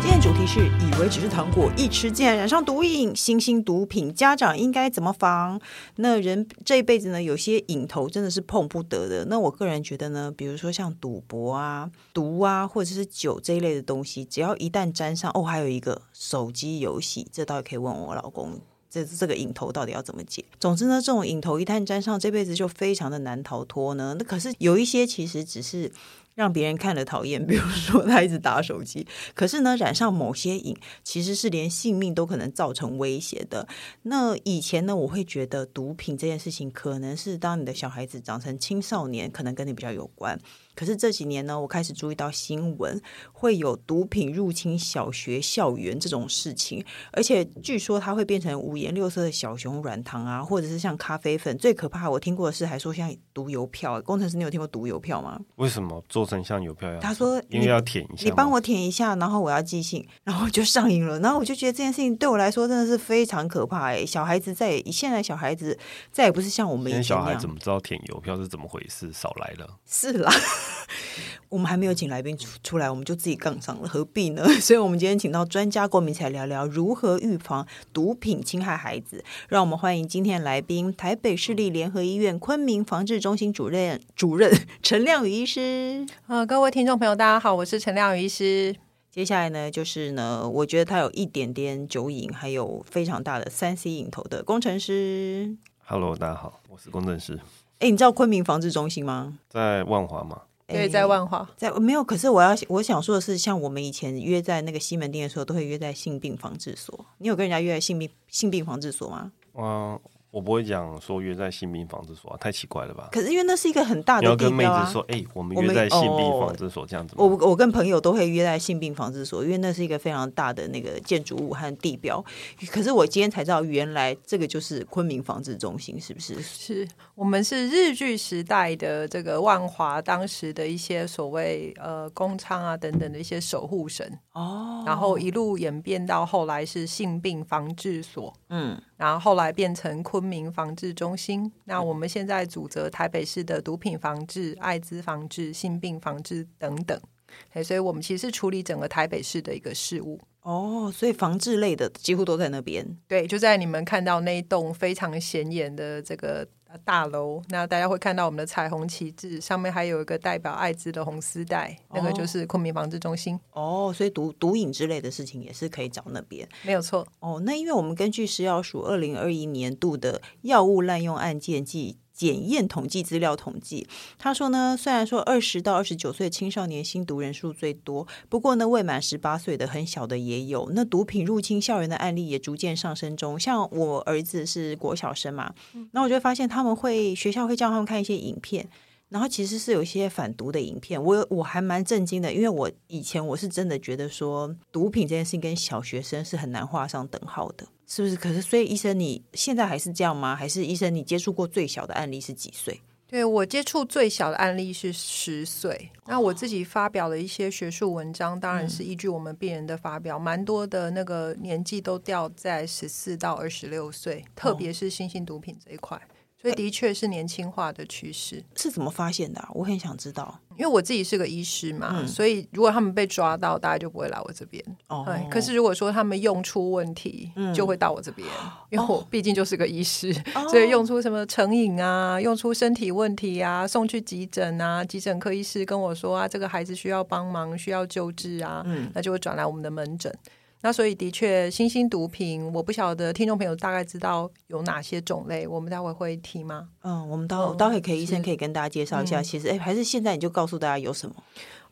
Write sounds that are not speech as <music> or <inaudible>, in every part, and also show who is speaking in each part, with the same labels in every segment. Speaker 1: 今天主题是：以为只是糖果，一吃竟然染上毒瘾。新兴毒品，家长应该怎么防？那人这一辈子呢，有些瘾头真的是碰不得的。那我个人觉得呢，比如说像赌博啊、毒啊，或者是酒这一类的东西，只要一旦沾上，哦，还有一个手机游戏，这倒也可以问我老公。这这个瘾头到底要怎么解？总之呢，这种瘾头一旦沾上，这辈子就非常的难逃脱呢。那可是有一些其实只是让别人看了讨厌，比如说他一直打手机，可是呢，染上某些瘾其实是连性命都可能造成威胁的。那以前呢，我会觉得毒品这件事情可能是当你的小孩子长成青少年，可能跟你比较有关。可是这几年呢，我开始注意到新闻会有毒品入侵小学校园这种事情，而且据说它会变成五颜六色的小熊软糖啊，或者是像咖啡粉。最可怕，我听过的是还说像毒邮票。工程师，你有听过毒邮票吗？
Speaker 2: 为什么做成像邮票要？
Speaker 1: 他说
Speaker 2: 因为要舔一下
Speaker 1: 你
Speaker 2: 吗
Speaker 1: 帮我填一下，然后我要寄信，然后我就上瘾了。然后我就觉得这件事情对我来说真的是非常可怕哎、小孩子再也现在小孩子再也不是像我们以
Speaker 2: 现
Speaker 1: 前
Speaker 2: 在小
Speaker 1: 那
Speaker 2: 孩
Speaker 1: 样
Speaker 2: 怎么知道舔邮票是怎么回事？少来了，
Speaker 1: 是啦， <laughs> 我们还没有请来宾出出来，我们就自己杠上了，何必呢？ <laughs> 所以，我们今天请到专家郭明起来聊聊如何预防毒品侵害孩子。让我们欢迎今天的来宾，台北市立联合医院昆明防治中心主任主任 <laughs> 陈亮宇医师。
Speaker 3: 呃，各位听众朋友，大家好，我是陈亮宇医师。
Speaker 1: 接下来呢，就是呢，我觉得他有一点点酒瘾，还有非常大的三 C 瘾头的工程师。
Speaker 2: Hello，大家好，我是公正师，
Speaker 1: 哎，你知道昆明防治中心吗？
Speaker 2: 在万华嘛。
Speaker 3: 对，
Speaker 1: 诶
Speaker 3: 在万华，
Speaker 1: 在没有，可是我要我想说的是，像我们以前约在那个西门町的时候，都会约在性病防治所。你有跟人家约在性病性病防治所吗？
Speaker 2: 嗯、我不会讲说约在新兵防治所、啊，太奇怪了吧？
Speaker 1: 可是因为那是一个很大
Speaker 2: 你
Speaker 1: 的
Speaker 2: 要
Speaker 1: 地
Speaker 2: 跟妹
Speaker 1: 标啊
Speaker 2: 子。说，哎、我们
Speaker 1: 我们
Speaker 2: 约在新
Speaker 1: 哦
Speaker 2: 兵防治所这样子吗？
Speaker 1: 我我跟朋友都会约在性病防治所，因为那是一个非常大的那个建筑物和地标。可是我今天才知道，原来这个就是昆明防治中心，是不是？
Speaker 3: 是我们是日据时代的这个万华，当时的一些所谓呃工厂啊等等的一些守护神，
Speaker 1: 哦，
Speaker 3: 然后一路演变到后来是性病防治所，
Speaker 1: 嗯，
Speaker 3: 然后后来变成昆明防治中心。那我们现在主责台北市的毒品防治、艾滋防治、性病防治等等。哎，所以我们其实是处理整个台北市的一个事务。
Speaker 1: 哦，所以防治类的几乎都在那边。
Speaker 3: 对，就在你们看到那一栋非常显眼的这个大楼，那大家会看到我们的彩虹旗帜，上面还有一个代表艾滋的红丝带，那个
Speaker 1: 哦
Speaker 3: 就是昆明防治中心，
Speaker 1: 哦，所以毒毒瘾之类的事情也是可以找那边。
Speaker 3: 没有错。
Speaker 1: 哦，那因为我们根据食药署二零二一年度的药物滥用案件及检验统计资料统计，他说呢，虽然说二十到二十九岁青少年吸毒人数最多，不过呢，未满十八岁的很小的也有。那毒品入侵校园的案例也逐渐上升中。像我儿子是国小生嘛，然后我就会发现他们会学校会叫他们看一些影片。然后其实是有一些反毒的影片，我有我还蛮震惊的，因为我以前我是真的觉得说毒品这件事情跟小学生是很难画上等号的，是不是？可是所以医生你现在还是这样吗？还是医生你接触过最小的案例是几岁？
Speaker 3: 对我接触最小的案例是十岁，那我自己发表了一些学术文章，当然是依据我们病人的发表，蛮多的那个年纪都掉在十四到二十六岁，特别是新型毒品这一块，所以的确是年轻化的趋势。
Speaker 1: 是怎么发现的啊、我很想知道。
Speaker 3: 因为我自己是个医师嘛，
Speaker 1: 嗯
Speaker 3: 所以如果他们被抓到，大家就不会来我这边。
Speaker 1: 哦
Speaker 3: 哎，可是如果说他们用出问题，
Speaker 1: 嗯
Speaker 3: 就会到我这边，因为我毕竟就是个医师，
Speaker 1: 哦
Speaker 3: 所以用出什么成瘾啊，用出身体问题啊，送去急诊啊，急诊科医师跟我说啊，这个孩子需要帮忙，需要救治啊，
Speaker 1: 嗯
Speaker 3: 那就会转来我们的门诊。那所以的确，新兴毒品，我不晓得听众朋友大概知道有哪些种类，我们待会会提吗？
Speaker 1: 嗯，我们待会
Speaker 3: 哦
Speaker 1: 待会可以医
Speaker 3: 是嗯
Speaker 1: 生可以跟大家介绍一下。其实哎，还是现在你就告诉大家有什么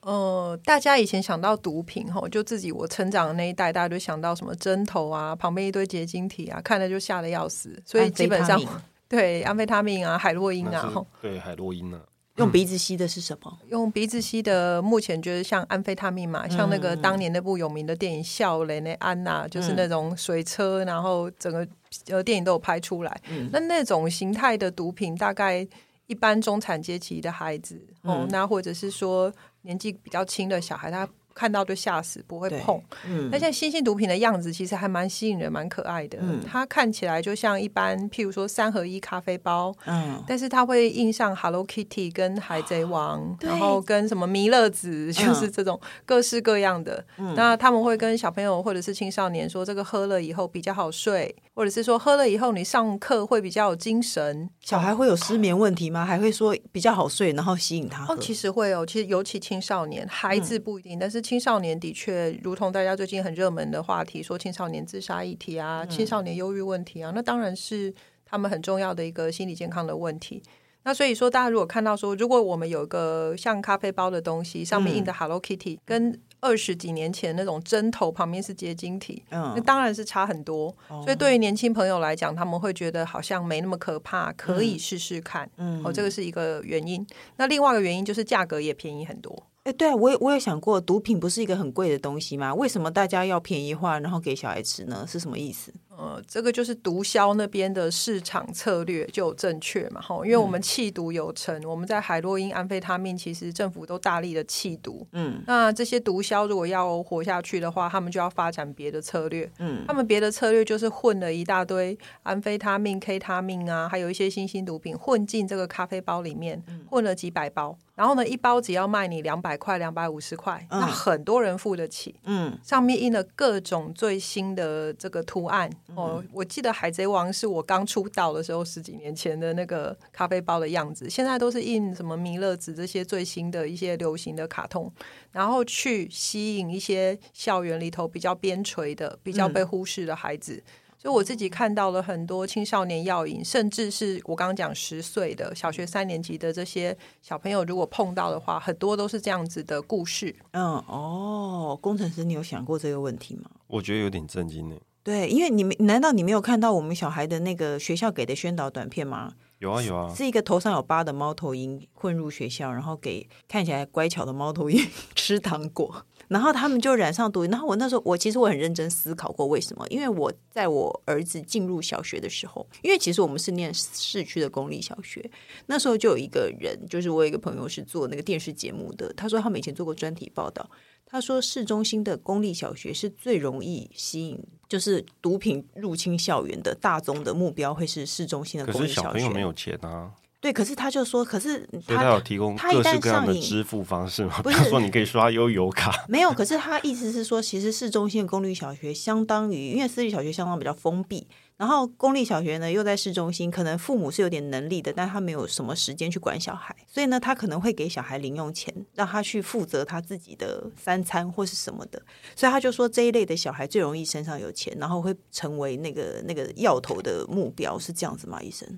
Speaker 3: 呃，大家以前想到毒品吼，就自己我成长的那一代，大家就想到什么针头啊，旁边一堆结晶体啊，看了就吓得要死。所以
Speaker 1: 安非
Speaker 3: 基本
Speaker 1: 他
Speaker 3: 上 <laughs>
Speaker 1: 命
Speaker 3: 对安非他命啊、海洛因
Speaker 2: 那
Speaker 3: 啊
Speaker 2: 是，
Speaker 3: 吼
Speaker 2: 对海洛因啊，
Speaker 1: 用鼻子吸的是什么？
Speaker 3: 用鼻子吸的，目前就是像安非他命
Speaker 1: 嗯
Speaker 3: 嘛，像那个当年那部有名的电影《笑雷》那安娜、就是那种水车，然后整个呃电影都有拍出来。
Speaker 1: 嗯
Speaker 3: 那那种形态的毒品，大概一般中产阶级的孩子，哦，
Speaker 1: 嗯
Speaker 3: 那或者是说年纪比较轻的小孩，他看到就吓死，不会碰。
Speaker 1: 嗯
Speaker 3: 那现在新兴毒品的样子其实还蛮吸引人，蛮可爱的。
Speaker 1: 嗯
Speaker 3: 它看起来就像一般，譬如说三合一咖啡包，
Speaker 1: 嗯，
Speaker 3: 但是它会印上 Hello Kitty 跟海贼王，
Speaker 1: 哦对
Speaker 3: 然后跟什么弥勒子，就是这种各式各样的。
Speaker 1: 嗯
Speaker 3: 那他们会跟小朋友或者是青少年说，这个喝了以后比较好睡，或者是说喝了以后你上课会比较有精神。
Speaker 1: 小孩会有失眠问题吗？还会说比较好睡，然后吸引他喝？嗯
Speaker 3: 哦，其实会哦，其实尤其青少年，孩子不一定，但是青少年的确，如同大家最近很热门的话题，说青少年自杀议题啊，
Speaker 1: 嗯
Speaker 3: 青少年忧郁问题啊，那当然是他们很重要的一个心理健康的问题。那所以说，大家如果看到说，如果我们有一个像咖啡包的东西，上面印
Speaker 1: 嗯
Speaker 3: 的 Hello Kitty，、跟二十几年前那种针头旁边是结晶体，那
Speaker 1: 嗯，哦
Speaker 3: 当然是差很多。所以对于年轻朋友来讲，他们会觉得好像没那么可怕，可以试试看。
Speaker 1: 嗯
Speaker 3: 哦，这个是一个原因。那另外一个原因就是价格也便宜很多。
Speaker 1: 哎、对啊，我也我也想过，毒品不是一个很贵的东西吗？为什么大家要便宜化，然后给小孩吃呢？是什么意思？
Speaker 3: 呃，这个就是毒枭那边的市场策略就有正确嘛，吼，因为我
Speaker 1: 嗯
Speaker 3: 们弃毒有成，我们在海洛因、安非他命，其实政府都大力的弃毒。
Speaker 1: 嗯，
Speaker 3: 那这些毒枭如果要活下去的话，他们就要发展别的策略。
Speaker 1: 嗯
Speaker 3: 他们别的策略就是混了一大堆安非他命、K 他命啊，还有一些新兴毒品混进这个咖啡包里面，
Speaker 1: 嗯
Speaker 3: 混了几百包。然后呢，一包只要卖你两百块、两百五十块，
Speaker 1: 嗯
Speaker 3: 那很多人付得起。
Speaker 1: 嗯，
Speaker 3: 上面印了各种最新的这个图案
Speaker 1: 嗯
Speaker 3: 哦，我记得《海贼王》是我刚出道的时候十几年前的那个咖啡包的样子，现在都是印什么弥勒子这些最新的一些流行的卡通，然后去吸引一些校园里头比较边陲的、比较被忽视的孩子。所以我自己看到了很多青少年药瘾，甚至是我刚刚讲十岁的小学三年级的这些小朋友，如果碰到的话，很多都是这样子的故事。
Speaker 1: 嗯，哦，工程师，你有想过这个问题吗？
Speaker 2: 我觉得有点震惊呢。
Speaker 1: 对，因为你们难道你没有看到我们小孩的那个学校给的宣导短片吗？
Speaker 2: 有啊有啊，
Speaker 1: 是一个头上有疤的猫头鹰混入学校，然后给看起来乖巧的猫头鹰 <laughs> 吃糖果，然后他们就染上毒瘾。然后我那时候，我其实我很认真思考过为什么，因为我在我儿子进入小学的时候，因为其实我们是念市区的公立小学，那时候就有一个人，就是我有一个朋友是做那个电视节目的，他说他们以前做过专题报道，他说市中心的公立小学是最容易吸引。就是毒品入侵校园的大宗的目标会是市中心的
Speaker 2: 可
Speaker 1: 公
Speaker 2: 是
Speaker 1: 立小学。
Speaker 2: 小朋友没有钱啊，
Speaker 1: 对，可是他就说，可是
Speaker 2: 所以他
Speaker 1: 他
Speaker 2: 有提供
Speaker 1: 他一
Speaker 2: 各式
Speaker 1: 旦
Speaker 2: 各样的
Speaker 1: 上瘾
Speaker 2: 支付方式嘛，
Speaker 1: 不
Speaker 2: 比
Speaker 1: 是
Speaker 2: 方说你可以刷悠游卡，
Speaker 1: 没有，可是他意思是说，其实市中心的公立小学相当于，因为私立小学相当比较封闭，然后公立小学呢又在市中心，可能父母是有点能力的，但他没有什么时间去管小孩，所以呢，他可能会给小孩零用钱，让他去负责他自己的三餐或是什么的，所以他就说这一类的小孩最容易身上有钱，然后会成为那个那个要头的目标，是这样子吗？医生？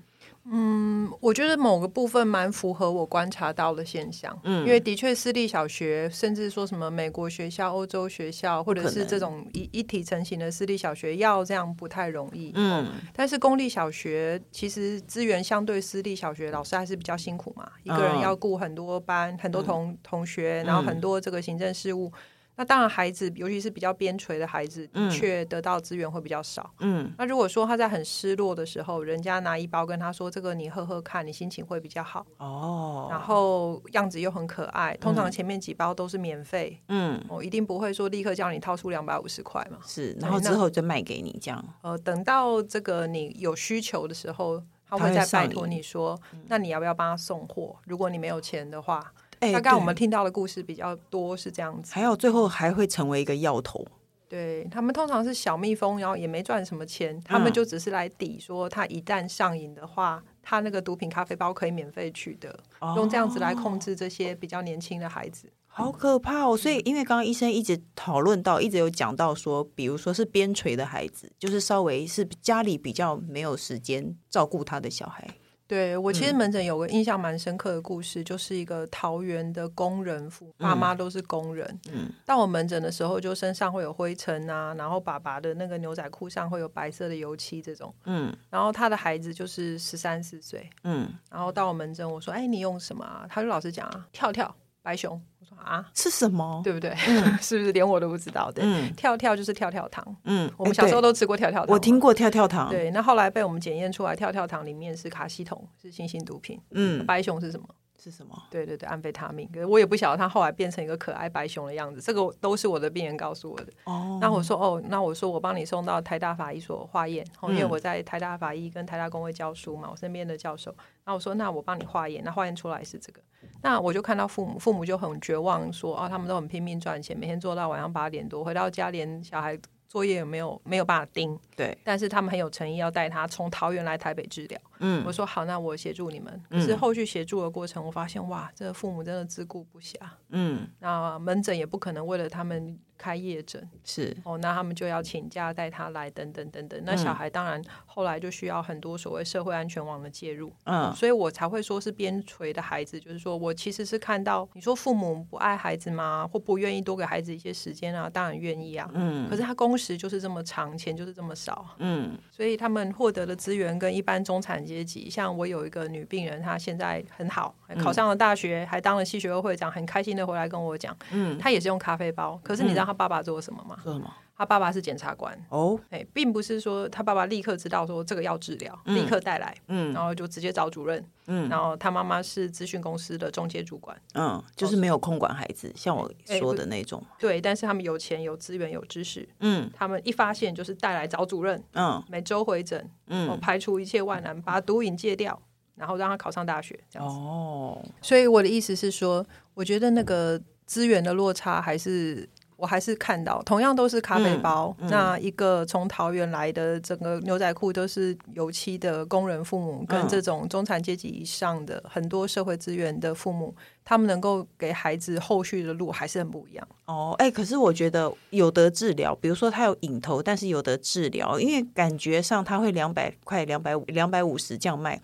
Speaker 3: 我觉得某个部分蛮符合我观察到的现象，嗯，因为的确私立小学，甚至说什么美国学校、欧洲学校，或者
Speaker 1: 不可
Speaker 3: 是
Speaker 1: 能
Speaker 3: 这种一一体成型的私立小学，要这样不太容易，哦
Speaker 1: 嗯
Speaker 3: 但是公立小学其实资源相对私立小学，老师还是比较辛苦嘛，一个人要顾很多班、
Speaker 1: 嗯
Speaker 3: 很多同同学，然后很多这个行政事务。那当然，孩子尤其是比较边陲的孩子，的确得到资源会比较少。
Speaker 1: 嗯，
Speaker 3: 那如果说他在很失落的时候，人家拿一包跟他说：“这个你喝喝看，你心情会比较好。”
Speaker 1: 哦，
Speaker 3: 然后样子又很可爱，通常前面几包都是免费，
Speaker 1: 嗯。
Speaker 3: 我、一定不会说立刻叫你掏出两百五十块嘛。
Speaker 1: 是，然后
Speaker 3: 那
Speaker 1: 之后再卖给你这样。
Speaker 3: 呃，等到这个你有需求的时候，
Speaker 1: 他
Speaker 3: 他会
Speaker 1: 会嗯
Speaker 3: 再
Speaker 1: 上
Speaker 3: 拜托
Speaker 1: 瘾
Speaker 3: 你说，那你要不要帮他送货？如果你没有钱的话，
Speaker 1: 哎
Speaker 3: 大概我
Speaker 1: 对
Speaker 3: 们听到的故事比较多是这样子。
Speaker 1: 还有最后还会成为一个药头，
Speaker 3: 对他们通常是小蜜蜂，然后也没赚什么钱，他们
Speaker 1: 嗯
Speaker 3: 就只是来抵说，他一旦上瘾的话，他那个毒品咖啡包可以免费取得，用这样子来控制这些比较年轻的孩子。
Speaker 1: 好可怕哦！所以，因为刚刚医生一直讨论到，一直有讲到说，比如说是边陲的孩子，就是稍微是家里比较没有时间照顾他的小孩。
Speaker 3: 对我
Speaker 1: 嗯
Speaker 3: 其实门诊有个印象蛮深刻的故事，就是一个桃园的工人父，爸妈都是工人。
Speaker 1: 嗯
Speaker 3: 到我门诊的时候，就身上会有灰尘啊，然后爸爸的那个牛仔裤上会有白色的油漆这种。
Speaker 1: 嗯
Speaker 3: 然后他的孩子就是十三四岁，
Speaker 1: 嗯，
Speaker 3: 然后到我门诊，我说：“哎，你用什么啊？”他就老是讲啊，跳跳白熊。我说啊，
Speaker 1: 是什么？
Speaker 3: 对不对？ <laughs> 是不是连我都不知道？对，
Speaker 1: 嗯
Speaker 3: 跳跳就是跳跳糖，
Speaker 1: 嗯，
Speaker 3: 我们
Speaker 1: 哎
Speaker 3: 小时候
Speaker 1: 对
Speaker 3: 都吃过跳跳糖嘛。
Speaker 1: 我听过跳跳糖。
Speaker 3: 对，那后来被我们检验出来，跳跳糖里面是卡西酮，是新型毒品。
Speaker 1: 嗯，
Speaker 3: 白熊是什么？
Speaker 1: 是什么？
Speaker 3: 对对对，安非他命。可是我也不晓得他后来变成一个可爱白熊的样子，这个都是我的病人告诉我的。
Speaker 1: 哦，
Speaker 3: 那我说哦，那我说我帮你送到台大法医所化验，哦因为我在台大法医跟台大工会教书嘛，我身边的教授。那我说那我帮你化验，那化验出来是这个，那我就看到父母，父母就很绝望说，哦，他们都很拼命赚钱，每天做到晚上八点多，回到家连小孩作业也没有没有办法盯，
Speaker 1: 对，
Speaker 3: 但是他们很有诚意要带他从桃园来台北治疗。
Speaker 1: 嗯
Speaker 3: 我说好，那我协助你们。可是后续协助的过程，我发现哇，这父母真的自顾不暇，
Speaker 1: 嗯，
Speaker 3: 那门诊也不可能为了他们开夜诊。
Speaker 1: 是
Speaker 3: 哦，那他们就要请假带他来，等等等等。那小孩当然后来就需要很多所谓社会安全网的介入，
Speaker 1: 嗯
Speaker 3: 所以我才会说是边陲的孩子，就是说我其实是看到你说父母不爱孩子吗？或不愿意多给孩子一些时间啊？当然愿意啊，
Speaker 1: 嗯
Speaker 3: 可是他工时就是这么长，钱就是这么少，啊
Speaker 1: 嗯
Speaker 3: 所以他们获得的资源跟一般中产阶级，像我有一个女病人，她现在很好，
Speaker 1: 嗯
Speaker 3: 考上了大学，还当了系学会会长，很开心的回来跟我讲，
Speaker 1: 嗯，
Speaker 3: 她也是用咖啡包。可是你知道她爸爸做什么吗？
Speaker 1: 说什么？
Speaker 3: 她爸爸是检察官，
Speaker 1: 哦，
Speaker 3: 哎，并不是说她爸爸立刻知道说这个要治疗，立刻带来，
Speaker 1: 嗯
Speaker 3: 然后就直接找主任，
Speaker 1: 嗯
Speaker 3: 然后她妈妈是咨询公司的中介主管，
Speaker 1: 嗯，就是没有空管孩子，像我
Speaker 3: 哎
Speaker 1: 说
Speaker 3: 不
Speaker 1: 的那种。
Speaker 3: 对，但是他们有钱、有资源、有知识，
Speaker 1: 嗯
Speaker 3: 他们一发现就是带来找主任，
Speaker 1: 嗯
Speaker 3: 每周回诊，哦，
Speaker 1: 嗯，
Speaker 3: 排除一切万难，把毒瘾戒掉，然后让他考上大学，这样子。
Speaker 1: 哦，
Speaker 3: 所以我的意思是说，我觉得那个资源的落差还是。我还是看到，同样都是咖啡包，
Speaker 1: 嗯
Speaker 3: 那一个从桃园来的，整个牛仔裤都是油漆的工人父母，跟
Speaker 1: 嗯
Speaker 3: 这种中产阶级以上的很多社会资源的父母，他们能够给孩子后续的路还是很不一样。
Speaker 1: 哦，哎、可是我觉得有得治疗，比如说他有瘾头，但是有得治疗，因为感觉上他会两百块、两百五、两百五十这样卖，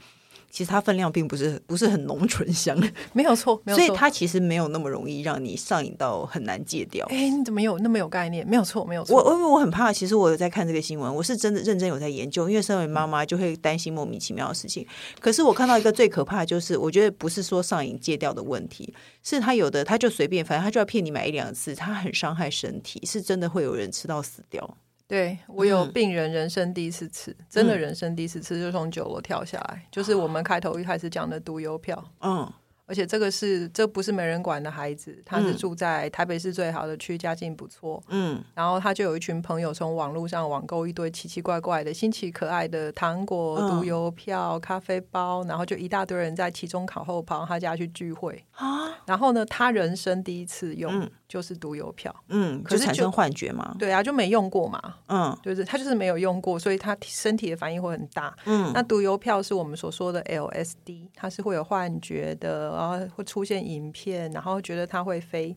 Speaker 1: 其实它分量并不是不是很浓醇香，
Speaker 3: 没有错，没有
Speaker 1: 所
Speaker 3: 错。
Speaker 1: 以它其实没有那么容易让你上瘾到很难戒掉。
Speaker 3: 哎、你怎么有那么有概念？没有错，没有错。
Speaker 1: 我我因为我很怕，其实我有在看这个新闻，我是真的认真有在研究，因为身为妈妈就会担心莫名其妙的事情。可是我看到一个最可怕的就是，我觉得不是说上瘾戒掉的问题，是他有的他就随便，反正他就要骗你买一两次，他很伤害身体，是真的会有人吃到死掉。
Speaker 3: 对我有
Speaker 1: 嗯
Speaker 3: 病人人生第一次吃，真的人生第一次吃就从九楼跳下来，就是我们开头一开始讲的毒邮票，
Speaker 1: 嗯
Speaker 3: 而且这个是这不是没人管的孩子，他是
Speaker 1: 嗯
Speaker 3: 住在台北市最好的区，家境不错，
Speaker 1: 嗯
Speaker 3: 然后他就有一群朋友从网络上网购一堆奇奇怪怪的、新奇可爱的糖果、
Speaker 1: 嗯
Speaker 3: 毒邮票、咖啡包，然后就一大堆人在期中考后跑到他家去聚会，
Speaker 1: 啊
Speaker 3: 然后呢，他人生第一次用
Speaker 1: 嗯
Speaker 3: 就是毒邮票，
Speaker 1: 嗯，
Speaker 3: 可
Speaker 1: 就是产
Speaker 3: 就
Speaker 1: 生幻觉嘛。
Speaker 3: 对啊，就没用过嘛，
Speaker 1: 嗯
Speaker 3: 就是他就是没有用过，所以他身体的反应会很大。
Speaker 1: 嗯
Speaker 3: 那毒邮票是我们所说的 LSD，它是会有幻觉的，然后会出现影片，然后觉得它会飞。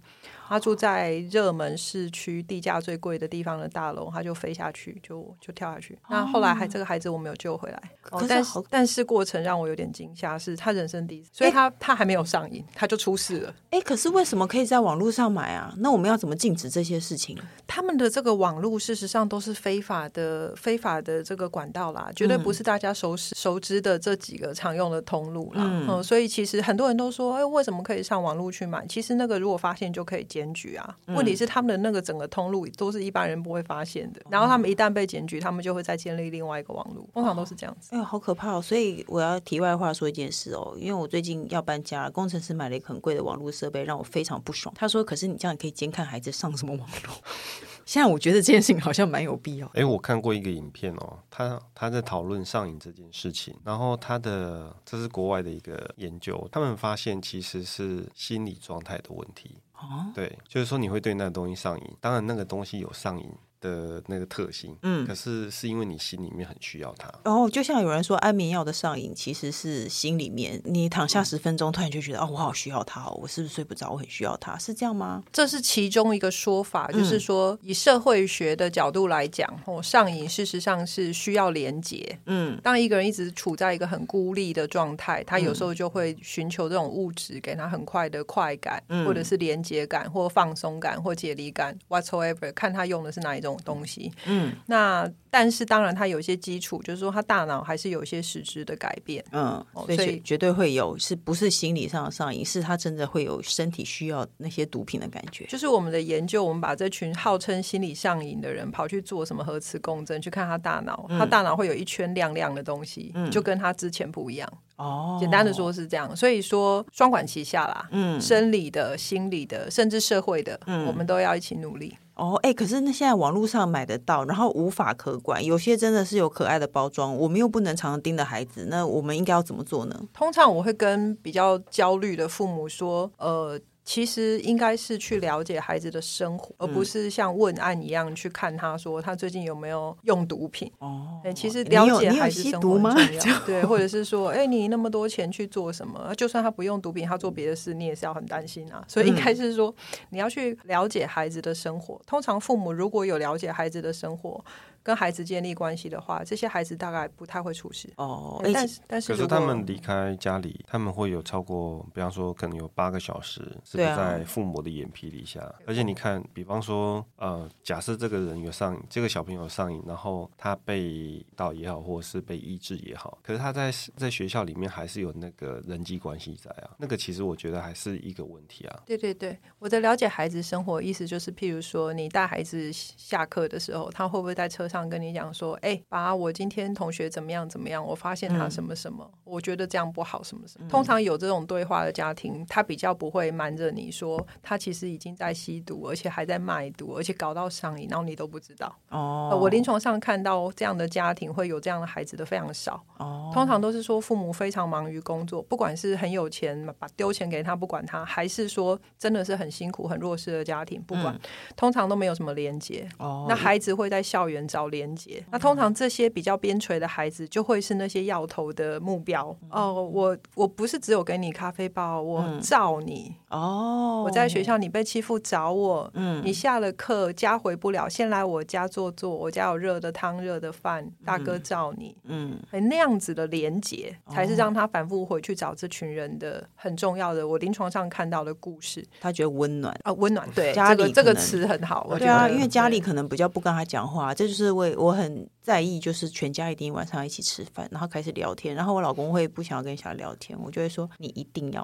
Speaker 3: 他住在热门市区地价最贵的地方的大楼，他就飞下去，就就跳下去。那后来还这个孩子我没有救回来，
Speaker 1: 哦可
Speaker 3: 哦
Speaker 1: 是、
Speaker 3: 但
Speaker 1: 好
Speaker 3: 但是过程让我有点惊吓，是他人生第一次，所以
Speaker 1: 诶
Speaker 3: 他、他还没有上瘾，他就出事了。
Speaker 1: 哎、可是为什么可以在网络上买啊？那我们要怎么禁止这些事情？
Speaker 3: 他们的这个网络事实上都是非法的、非法的这个管道啦，绝对不是大家熟识、熟知的这几个常用的通路啦。
Speaker 1: 嗯
Speaker 3: 嗯所以其实很多人都说，哎，为什么可以上网络去买？其实那个如果发现就可以检举啊。问题是他们的那个整个通路都是一般人不会发现的，然后他们一旦被检举，他们就会再建立另外一个网络，通常都是这样子。
Speaker 1: 哎呦，好可怕哦！所以我要题外话说一件事哦，因为我最近要搬家，工程师买了一个很贵的网络设备，让我非常不爽。他说：“可是你这样可以监看孩子上什么网络。” <laughs> 现在我觉得这件事情好像蛮有必要的。
Speaker 2: 哎、我看过一个影片哦，他他在讨论上瘾这件事情，然后他的这是国外的一个研究，他们发现其实是心理状态的问题。
Speaker 1: 哦，
Speaker 2: 对，就是说你会对那个东西上瘾，当然那个东西有上瘾的那个特性，
Speaker 1: 嗯
Speaker 2: 可是是因为你心里面很需要它。
Speaker 1: 然后就像有人说，安眠药的上瘾其实是心里面，你躺
Speaker 3: 嗯
Speaker 1: 下十分钟，突然就觉得哦，我好需要它、哦，我是不是睡不着？我很需要它，是这样吗？
Speaker 3: 这是其中一个说法，
Speaker 1: 嗯
Speaker 3: 就是说以社会学的角度来讲，哦，上瘾事实上是需要连结，
Speaker 1: 嗯
Speaker 3: 当一个人一直处在一个很孤立的状态，他有时候就会寻求这种物质给他很快的快感，
Speaker 1: 嗯
Speaker 3: 或者是连接感，或放松感，或解离感，whatsoever，看他用的是哪一种东西。
Speaker 1: 嗯
Speaker 3: 那但是当然，他有一些基础，就是说他大脑还是有一些实质的改变。
Speaker 1: 嗯，
Speaker 3: 哦
Speaker 1: 所以
Speaker 3: 所
Speaker 1: 绝
Speaker 3: 以
Speaker 1: 绝对会有，是不是心理上的上瘾？是他真的会有身体需要那些毒品的感觉。
Speaker 3: 就是我们的研究，我们把这群号称心理上瘾的人跑去做什么核
Speaker 1: 嗯
Speaker 3: 磁共振，去看他大脑，他大脑会有一圈亮亮的东西，就跟他之前不一样。
Speaker 1: 哦，
Speaker 3: 简单的，说是这样，所以说双管齐下啦，
Speaker 1: 嗯，
Speaker 3: 生理的、心理的，甚至社会的，
Speaker 1: 嗯
Speaker 3: 我们都要一起努力。
Speaker 1: 哦，哎、可是那现在网络上买得到，然后无法可管，有些真的是有可爱的包装，我们又不能常常盯着孩子，那我们应该要怎么做呢？
Speaker 3: 通常我会跟比较焦虑的父母说，呃。其实应该是去了解孩子的生活，
Speaker 1: 嗯
Speaker 3: 而不是像问案一样去看他说他最近有没有用毒品。
Speaker 1: 哦
Speaker 3: 哎，其实
Speaker 1: 你
Speaker 3: 了
Speaker 1: 有
Speaker 3: 解
Speaker 1: 你有
Speaker 3: 孩子
Speaker 1: 吸
Speaker 3: 生
Speaker 1: 毒
Speaker 3: 活
Speaker 1: 吗
Speaker 3: 很重要，对，或者是说，哎，你那么多钱去做什么？啊就算他不用毒品，他做别的事，你也是要很担心
Speaker 1: 嗯
Speaker 3: 啊。所以应该是说，你要去了解孩子的生活。通常父母如果有了解孩子的生活，跟孩子建立关系的话，这些孩子大概不太会出事。
Speaker 1: 哦，
Speaker 3: 哎
Speaker 1: 哎、
Speaker 3: 但是但是
Speaker 2: 可
Speaker 3: 如
Speaker 2: 是
Speaker 3: 果
Speaker 2: 他们离开家里，他们会有超过，比方说可能有八个小时是不
Speaker 1: 对啊
Speaker 2: 在父母的眼皮底下。而且你看，比方说，呃，假设这个人有上瘾，这个小朋友上瘾，然后他被导也好，或者是被医治也好，可是他在在学校里面还是有那个人际关系在啊。那个其实我觉得还是一个问题啊。
Speaker 3: 对对对，我的了解孩子生活意思就是，譬如说，你带孩子下课的时候，他会不会在车上跟你讲说：“哎、爸，我今天同学怎么样怎么样，我发现他什么什么，我觉得这样不好，什么什么。”通常有这种对话的家庭，他比较不会瞒着你说他其实已经在吸毒，而且还在卖毒，而且搞到上瘾，然后你都不知道。
Speaker 1: 哦
Speaker 3: 呃，我临床上看到这样的家庭会有这样的孩子的非常少，
Speaker 1: 哦
Speaker 3: 通常都是说父母非常忙于工作，不管是很有钱把丢钱给他不管他，还是说真的是很辛苦很弱势的家庭不管，通常都没有什么连接。
Speaker 1: 嗯哦
Speaker 3: 那孩子会在校园找连接，那通常这些比较边陲的孩子就会是那些要头的目标。
Speaker 1: 嗯
Speaker 3: 哦，我我不是只有给你咖啡包，我罩你。
Speaker 1: 哦，
Speaker 3: 我在学校你被欺负找我，嗯，你下了课家回不了，先来我家坐坐，我家有热的汤、热的饭，大哥罩你，
Speaker 1: 嗯，
Speaker 3: 哎，那样子的连结才是
Speaker 1: 哦
Speaker 3: 让他反复回去找这群人的很重要的。我临床上看到的故事
Speaker 1: 他觉得温暖。
Speaker 3: 啊，温暖，对，
Speaker 1: 家
Speaker 3: 这
Speaker 1: 里
Speaker 3: 个这个
Speaker 1: 可能
Speaker 3: 词很好，我觉
Speaker 1: 对啊，
Speaker 3: 得
Speaker 1: 因为家里
Speaker 3: 对
Speaker 1: 可能比较不跟他讲话，这就是我我很在意，就是全家一定晚上一起吃饭，然后开始聊天，然后我老公会不想要跟小孩聊天，我就会说你一定
Speaker 3: <laughs>
Speaker 1: 要，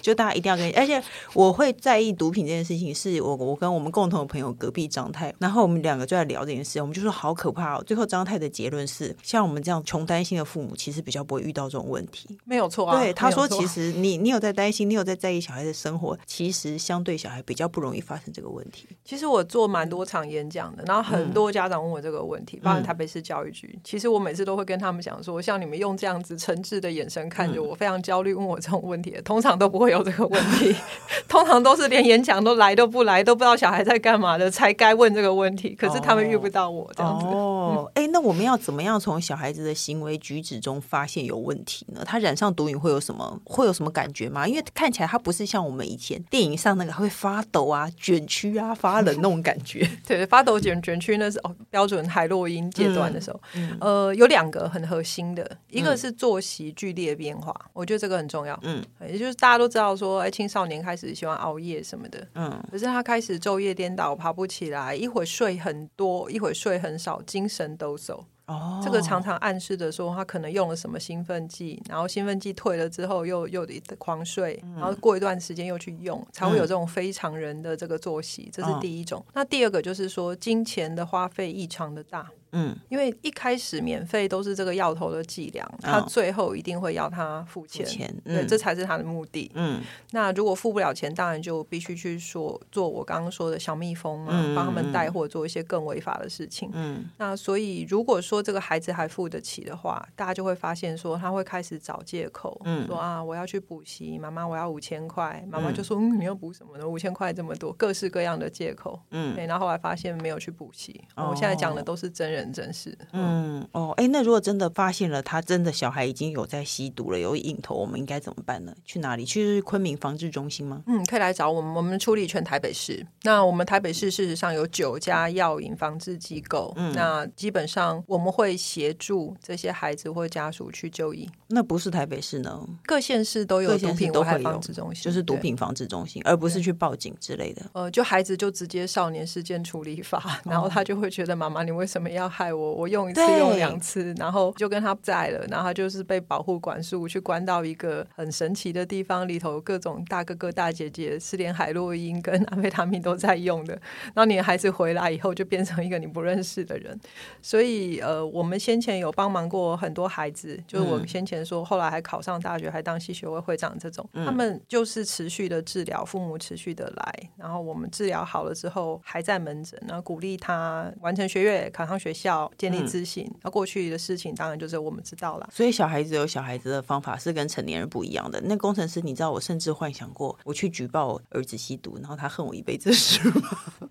Speaker 1: 就大家一定要跟，而且我会在意毒品这件事情，是我我跟我们共同的朋友隔壁张太，然后我们两个就在聊这件事，我们就说好可怕哦。最后张太的结论是，像我们这样穷担心的父母，其实比较不会遇到这种问题，
Speaker 3: 没有错啊。
Speaker 1: 对，他
Speaker 3: 没有
Speaker 1: 说
Speaker 3: 错
Speaker 1: 其实你你有在担心，你有在在意小孩的生活，其实相对小孩比较不容易发生这个问题。
Speaker 3: 其实我做蛮多场演讲的，然后很多家长问我这个问题，包括台北市教育局。其实我每次都会跟他们讲说，像你们用这样子诚挚的眼神看着我，非常焦虑问我这种问题的，通常都不会有这个问题， <laughs> 通常都是连演讲都来都不来，都不知道小孩在干嘛的，才该问这个问题。可是他们遇不到我这样
Speaker 1: <laughs>
Speaker 3: 子。
Speaker 1: 哦，哎、那我们要怎么样从小孩子的行为举止中发现有问题呢？他染上毒瘾会有什么会有什么感觉吗？因为看起来他不是像我们以前电影上那个还会发抖啊、卷曲啊、发冷那种感觉。
Speaker 3: 对，发抖卷卷曲那是哦，标准海洛因阶段的时候，呃，有两个很核心的，一个是作息剧烈变化，我觉得这个很重要，
Speaker 1: 嗯
Speaker 3: 嗯，也就是大家都知道说，哎，青少年开始喜欢熬夜什么的，
Speaker 1: 嗯
Speaker 3: 嗯，可是他开始昼夜颠倒，爬不起来，一会儿睡很多，一会儿睡很少，精神抖擞，
Speaker 1: <laughs> 哦
Speaker 3: 这个常常暗示着说他可能用了什么兴奋剂，然后兴奋剂退了之后又又得狂睡，
Speaker 1: 嗯
Speaker 3: 然后过一段时间又去用，才会有这种非常人的这个作息，这是
Speaker 1: 哦
Speaker 3: 第一种。那第二个就是说金钱的花费异常的大。
Speaker 1: 嗯，
Speaker 3: 因为一开始免费都是这个药头的伎俩，他最后一定会要他付钱，
Speaker 1: 哦钱
Speaker 3: 对，
Speaker 1: 嗯
Speaker 3: 这才是他的目的。
Speaker 1: 嗯
Speaker 3: 那如果付不了钱，当然就必须去说做我刚刚说的小蜜蜂嘛，帮他们带货，做一些更违法的事情。
Speaker 1: 嗯，
Speaker 3: 那所以，如果说这个孩子还付得起的话，大家就会发现说他会开始找借口，
Speaker 1: 嗯
Speaker 3: 说啊我要去补习，妈妈我要五千块，妈妈就说嗯你要补什么呢？五千块这么多，各式各样的借口，嗯，对。然后后来发现没有去补习，
Speaker 1: 哦
Speaker 3: 我现在讲的都是真人真事，嗯，
Speaker 1: 嗯哦，哎、那如果真的发现了他真的小孩已经有在吸毒了，有瘾头，我们应该怎么办呢？去哪里？去昆明防治中心吗？
Speaker 3: 嗯，可以来找我们，我们处理全台北市。那我们台北市事实上有九家药瘾防治机构，
Speaker 1: 嗯
Speaker 3: 那基本上我们会协助这些孩子或家属去就医。
Speaker 1: 那不是台北市呢，
Speaker 3: 各县市都有
Speaker 1: 各
Speaker 3: 毒
Speaker 1: 县市
Speaker 3: 品
Speaker 1: 都
Speaker 3: 危害
Speaker 1: 会有
Speaker 3: 防治中心，
Speaker 1: 就是毒
Speaker 3: 对
Speaker 1: 品防治中心，而不是去报警之类的。
Speaker 3: 呃，就孩子就直接少年事件处理法，然后他就会觉得妈妈，你为什么要害我？我用一次
Speaker 1: 对
Speaker 3: 用两次，然后就跟他不在了，然后他就是被保护管束去关到一个很神奇的地方，里头有各种大哥哥大姐姐是连海洛因跟安非他命都在用的，然后你的孩子回来以后就变成一个你 <laughs> 不认识的人，所以呃，我们先前有帮忙过很多孩子，就是我先前前说，后来还考上大学，还当系学会会长这种，他们就是持续的治疗，父母持续的来，然后我们治疗好了之后还在门诊，然后鼓励他完成学业，考上学校，建立自信。那、过去的事情当然就是我们知道啦。
Speaker 1: 所以小孩子有小孩子的方法是跟成年人不一样的。那工程师，你知道我甚至幻想过，我去举报我儿子吸毒，然后他恨我一辈子，是
Speaker 2: <laughs>
Speaker 1: 吗？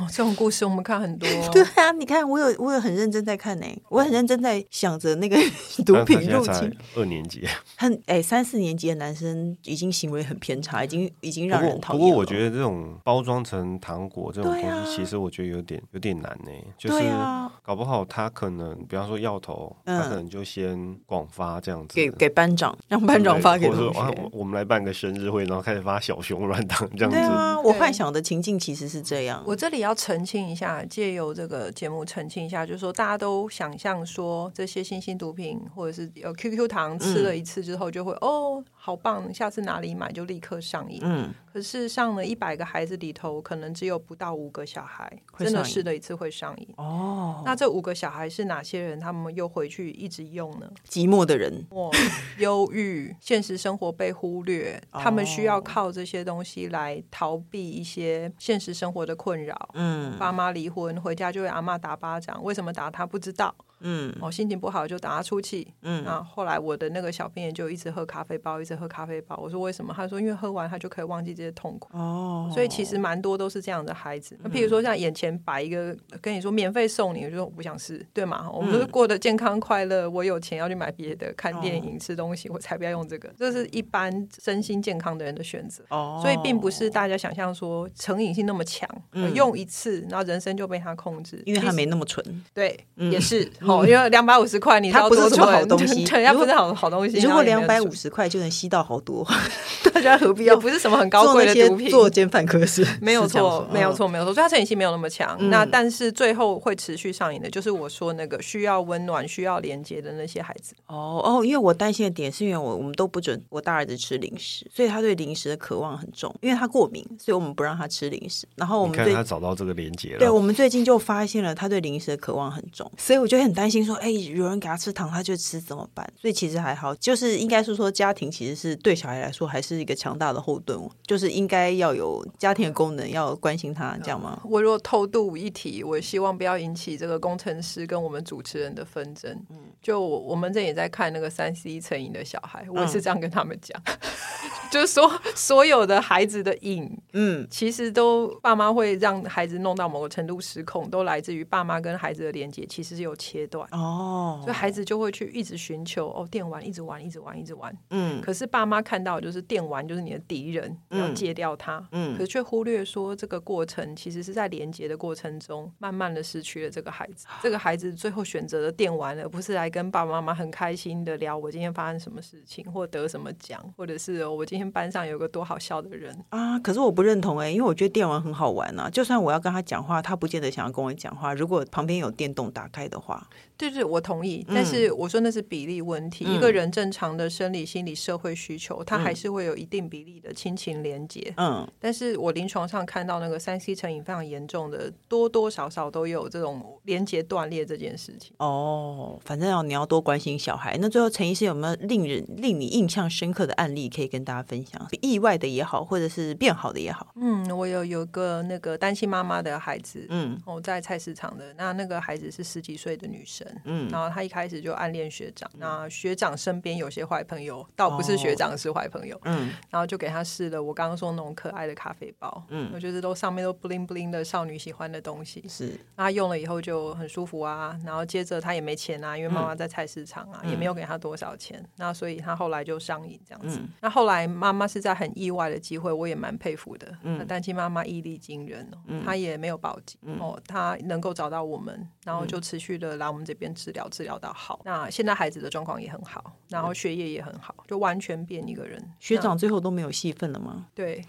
Speaker 3: 哦这种故事我们看很多，哦
Speaker 1: <laughs> 对啊，你看我有我有很认真在看呢、我很认真在想着
Speaker 2: <laughs>
Speaker 1: 那个毒
Speaker 2: 他
Speaker 1: 品
Speaker 2: 现在
Speaker 1: 入
Speaker 2: 才
Speaker 1: 侵。
Speaker 2: 二年级，
Speaker 1: 很哎、三四年级的男生已经行为很偏差，已经已经 <laughs> 让人
Speaker 2: 不
Speaker 1: 讨
Speaker 2: 过
Speaker 1: 厌
Speaker 2: 不过我
Speaker 1: 了
Speaker 2: 觉得这种包装成糖果这种
Speaker 1: 对
Speaker 2: 东
Speaker 1: 啊
Speaker 2: 西，其实我觉得有点有点难呢、就是
Speaker 1: 对啊
Speaker 2: 搞不好他可能，比方说药头，
Speaker 1: 嗯
Speaker 2: 他可能就先广发这样子，
Speaker 1: 给给班长，让班长发给
Speaker 2: 或者
Speaker 1: 同
Speaker 2: 说啊
Speaker 1: 学。
Speaker 2: 我我们来办个生日会，然后开始发小熊软糖这样
Speaker 1: 对
Speaker 2: 子。
Speaker 1: 啊，我
Speaker 3: 对
Speaker 1: 幻想的情境其实是这样。
Speaker 3: 我这里要澄清一下，借由这个节目澄清一下，就是说大家都想象说这些新兴毒品或者是呃 QQ 糖吃
Speaker 1: 嗯
Speaker 3: 了一次之后就会、哦好棒，下次哪里买就立刻上瘾。
Speaker 1: 嗯，
Speaker 3: 可是上了一百个孩子里头，可能只有不到五个小孩
Speaker 1: 会
Speaker 3: 真的
Speaker 1: 上瘾
Speaker 3: 试了一次会上瘾。
Speaker 1: 哦，
Speaker 3: 那这五个小孩是哪些人？他们又回去一直用呢？
Speaker 1: 寂寞的人，
Speaker 3: 我忧郁，现实生活被忽略，他们需要
Speaker 1: <laughs> 哦
Speaker 3: 靠这些东西来逃避一些现实生活的困扰。
Speaker 1: 嗯
Speaker 3: 爸妈离婚，回家就会阿妈打巴掌，为什么打他不知道，
Speaker 1: 嗯
Speaker 3: 哦，心情不好就打他出气。
Speaker 1: 嗯，
Speaker 3: 那后来我的那个小病人就一直喝咖啡包，一直喝咖啡包。我说为什么？他说因为喝完他就可以忘记这些痛苦。
Speaker 1: 哦，嗯
Speaker 3: 所以其实蛮多都是这样的孩子，那譬如说像眼前摆一个跟你说免费送你，我就说我不想试，对吗？我们
Speaker 1: 嗯
Speaker 3: 都是过得健康快乐，我有钱要去买别的，看电
Speaker 1: 哦
Speaker 3: 影、吃东西，我才不要用这个。这是一般身心健康的人的选择。
Speaker 1: 哦，
Speaker 3: 所以并不是大家想象说成瘾性那么强，
Speaker 1: 嗯
Speaker 3: 用一次，然后人生就被他控制。
Speaker 1: 因为他
Speaker 3: 其实
Speaker 1: 没那么蠢。
Speaker 3: 对，
Speaker 1: 嗯
Speaker 3: 也是哦，因为两百五十块，你知道
Speaker 1: 它不是
Speaker 3: 多
Speaker 1: 什么好
Speaker 3: 蠢
Speaker 1: 东西
Speaker 3: <laughs> 对，它
Speaker 1: 如
Speaker 3: 不
Speaker 1: 果
Speaker 3: 是好好东西。
Speaker 1: 如果两百
Speaker 3: 然后
Speaker 1: 五
Speaker 3: 里面
Speaker 1: 十块就能吸到好多， <laughs> 大家何必
Speaker 3: 也
Speaker 1: 要
Speaker 3: 不是什么很高
Speaker 1: 做
Speaker 3: 贵
Speaker 1: 那
Speaker 3: 的
Speaker 1: 些
Speaker 3: 毒品，
Speaker 1: 作奸犯科是？
Speaker 3: 没有
Speaker 1: 是这样
Speaker 3: 错
Speaker 1: 说，
Speaker 3: 没有。错，没有错。所以它成瘾性没有那么强。
Speaker 1: 嗯
Speaker 3: 那但是最后会持续上瘾的，就是我说那个需要温暖、需要连接的那些孩子。
Speaker 1: 哦哦，因为我担心的点是因为我我们都不准我大儿子吃零食，所以他对零食的渴望很重，因为他过敏，所以我们不让他吃零食。然后我
Speaker 2: 你
Speaker 1: 们
Speaker 2: 看
Speaker 1: 最
Speaker 2: 他找到这个连接
Speaker 1: 对，
Speaker 2: 了，
Speaker 1: 我们最近就发现了他对零食的渴望很重，所以我就很担心说，哎，有人给他吃糖，他就吃怎么办？所以其实还好，就是应该是说家庭其实是对小孩来说还是一个强大的后盾，哦就是应该要有家庭的功能，要关心他，这样吗？
Speaker 3: 我如果偷渡一题，我希望不要引起这个工程师跟我们主持人的纷争。
Speaker 1: 嗯
Speaker 3: 就我我们这也在看那个三 C 成瘾的小孩，我也
Speaker 1: 嗯
Speaker 3: 是这样跟他们讲， <laughs> 就是说所有的孩子的瘾，
Speaker 1: 嗯，
Speaker 3: 其实都爸妈会让孩子弄到某个程度失控，都来自于爸妈跟孩子的连接其实是有切断。
Speaker 1: 哦
Speaker 3: 所以，孩子就会去一直寻求哦，电玩一直玩，一直玩，一直玩。
Speaker 1: 嗯
Speaker 3: 可是爸妈看到就是电玩就是你的敌人，
Speaker 1: 嗯
Speaker 3: 要戒掉它。可
Speaker 1: 嗯
Speaker 3: 是却忽略说，这个过程其实是在连接的过程中，慢慢的失去了这个孩
Speaker 1: <gasps>
Speaker 3: 子。这个孩子最后选择了电玩，而不是来跟爸爸妈妈很开心的聊我今天发生什么事情，或得什么奖，或者是哦我今天班上有个多好笑的人。
Speaker 1: 啊，可是我不认同哎、因为我觉得电玩很好玩啊，就算我要跟他讲话，他不见得想要跟我讲话。如果旁边有电动打开的话，
Speaker 3: 对对，我同意，但是我说那是比例问题。
Speaker 1: 嗯
Speaker 3: 一个人正常的生理、心理、社会需求，他还是会有一定比例的亲情连结。
Speaker 1: 嗯
Speaker 3: 但是我临床上看到那个三 C 成瘾非常严重的，多多少少都有这种连接断裂这件事情。
Speaker 1: 哦，反正要你要多关心小孩。那最后陈医师有没有令人令你印象深刻的案例可以跟大家分享？意外的也好，或者是变好的也好，
Speaker 3: 嗯，我有有个那个单亲妈妈的孩子，
Speaker 1: 嗯
Speaker 3: 我在菜市场的那那个孩子是十几岁的女生，
Speaker 1: 嗯，
Speaker 3: 然后她一开始就暗恋学长，那学长身边有些坏朋友，倒
Speaker 1: 哦
Speaker 3: 不是学长是坏朋友，
Speaker 1: 嗯
Speaker 3: 然后就给她试了我刚刚说那种可爱的咖啡包，
Speaker 1: 嗯
Speaker 3: 我觉得都上面都 bling bling 的少女喜欢的东西，
Speaker 1: 是
Speaker 3: 那她用了以后就很舒服啊，然后接着她也没钱啊，因为妈
Speaker 1: 嗯
Speaker 3: 妈在菜市场啊，也没有给她多少钱，那所以她后来就上瘾这样子。
Speaker 1: 嗯
Speaker 3: 那后来妈妈是在很意外的机会，我也蛮佩服的。
Speaker 1: 嗯
Speaker 3: 那单亲妈妈毅力惊人哦，她也没有报警、哦，她能够找到我们，然后
Speaker 1: 嗯
Speaker 3: 就持续的来我们这边治疗，治疗到好。那现在孩子的状况也很好，然
Speaker 1: 嗯
Speaker 3: 后学业也很好，就完全变一个人。
Speaker 1: 学长最后都没有戏份了吗？
Speaker 3: 对。 <laughs>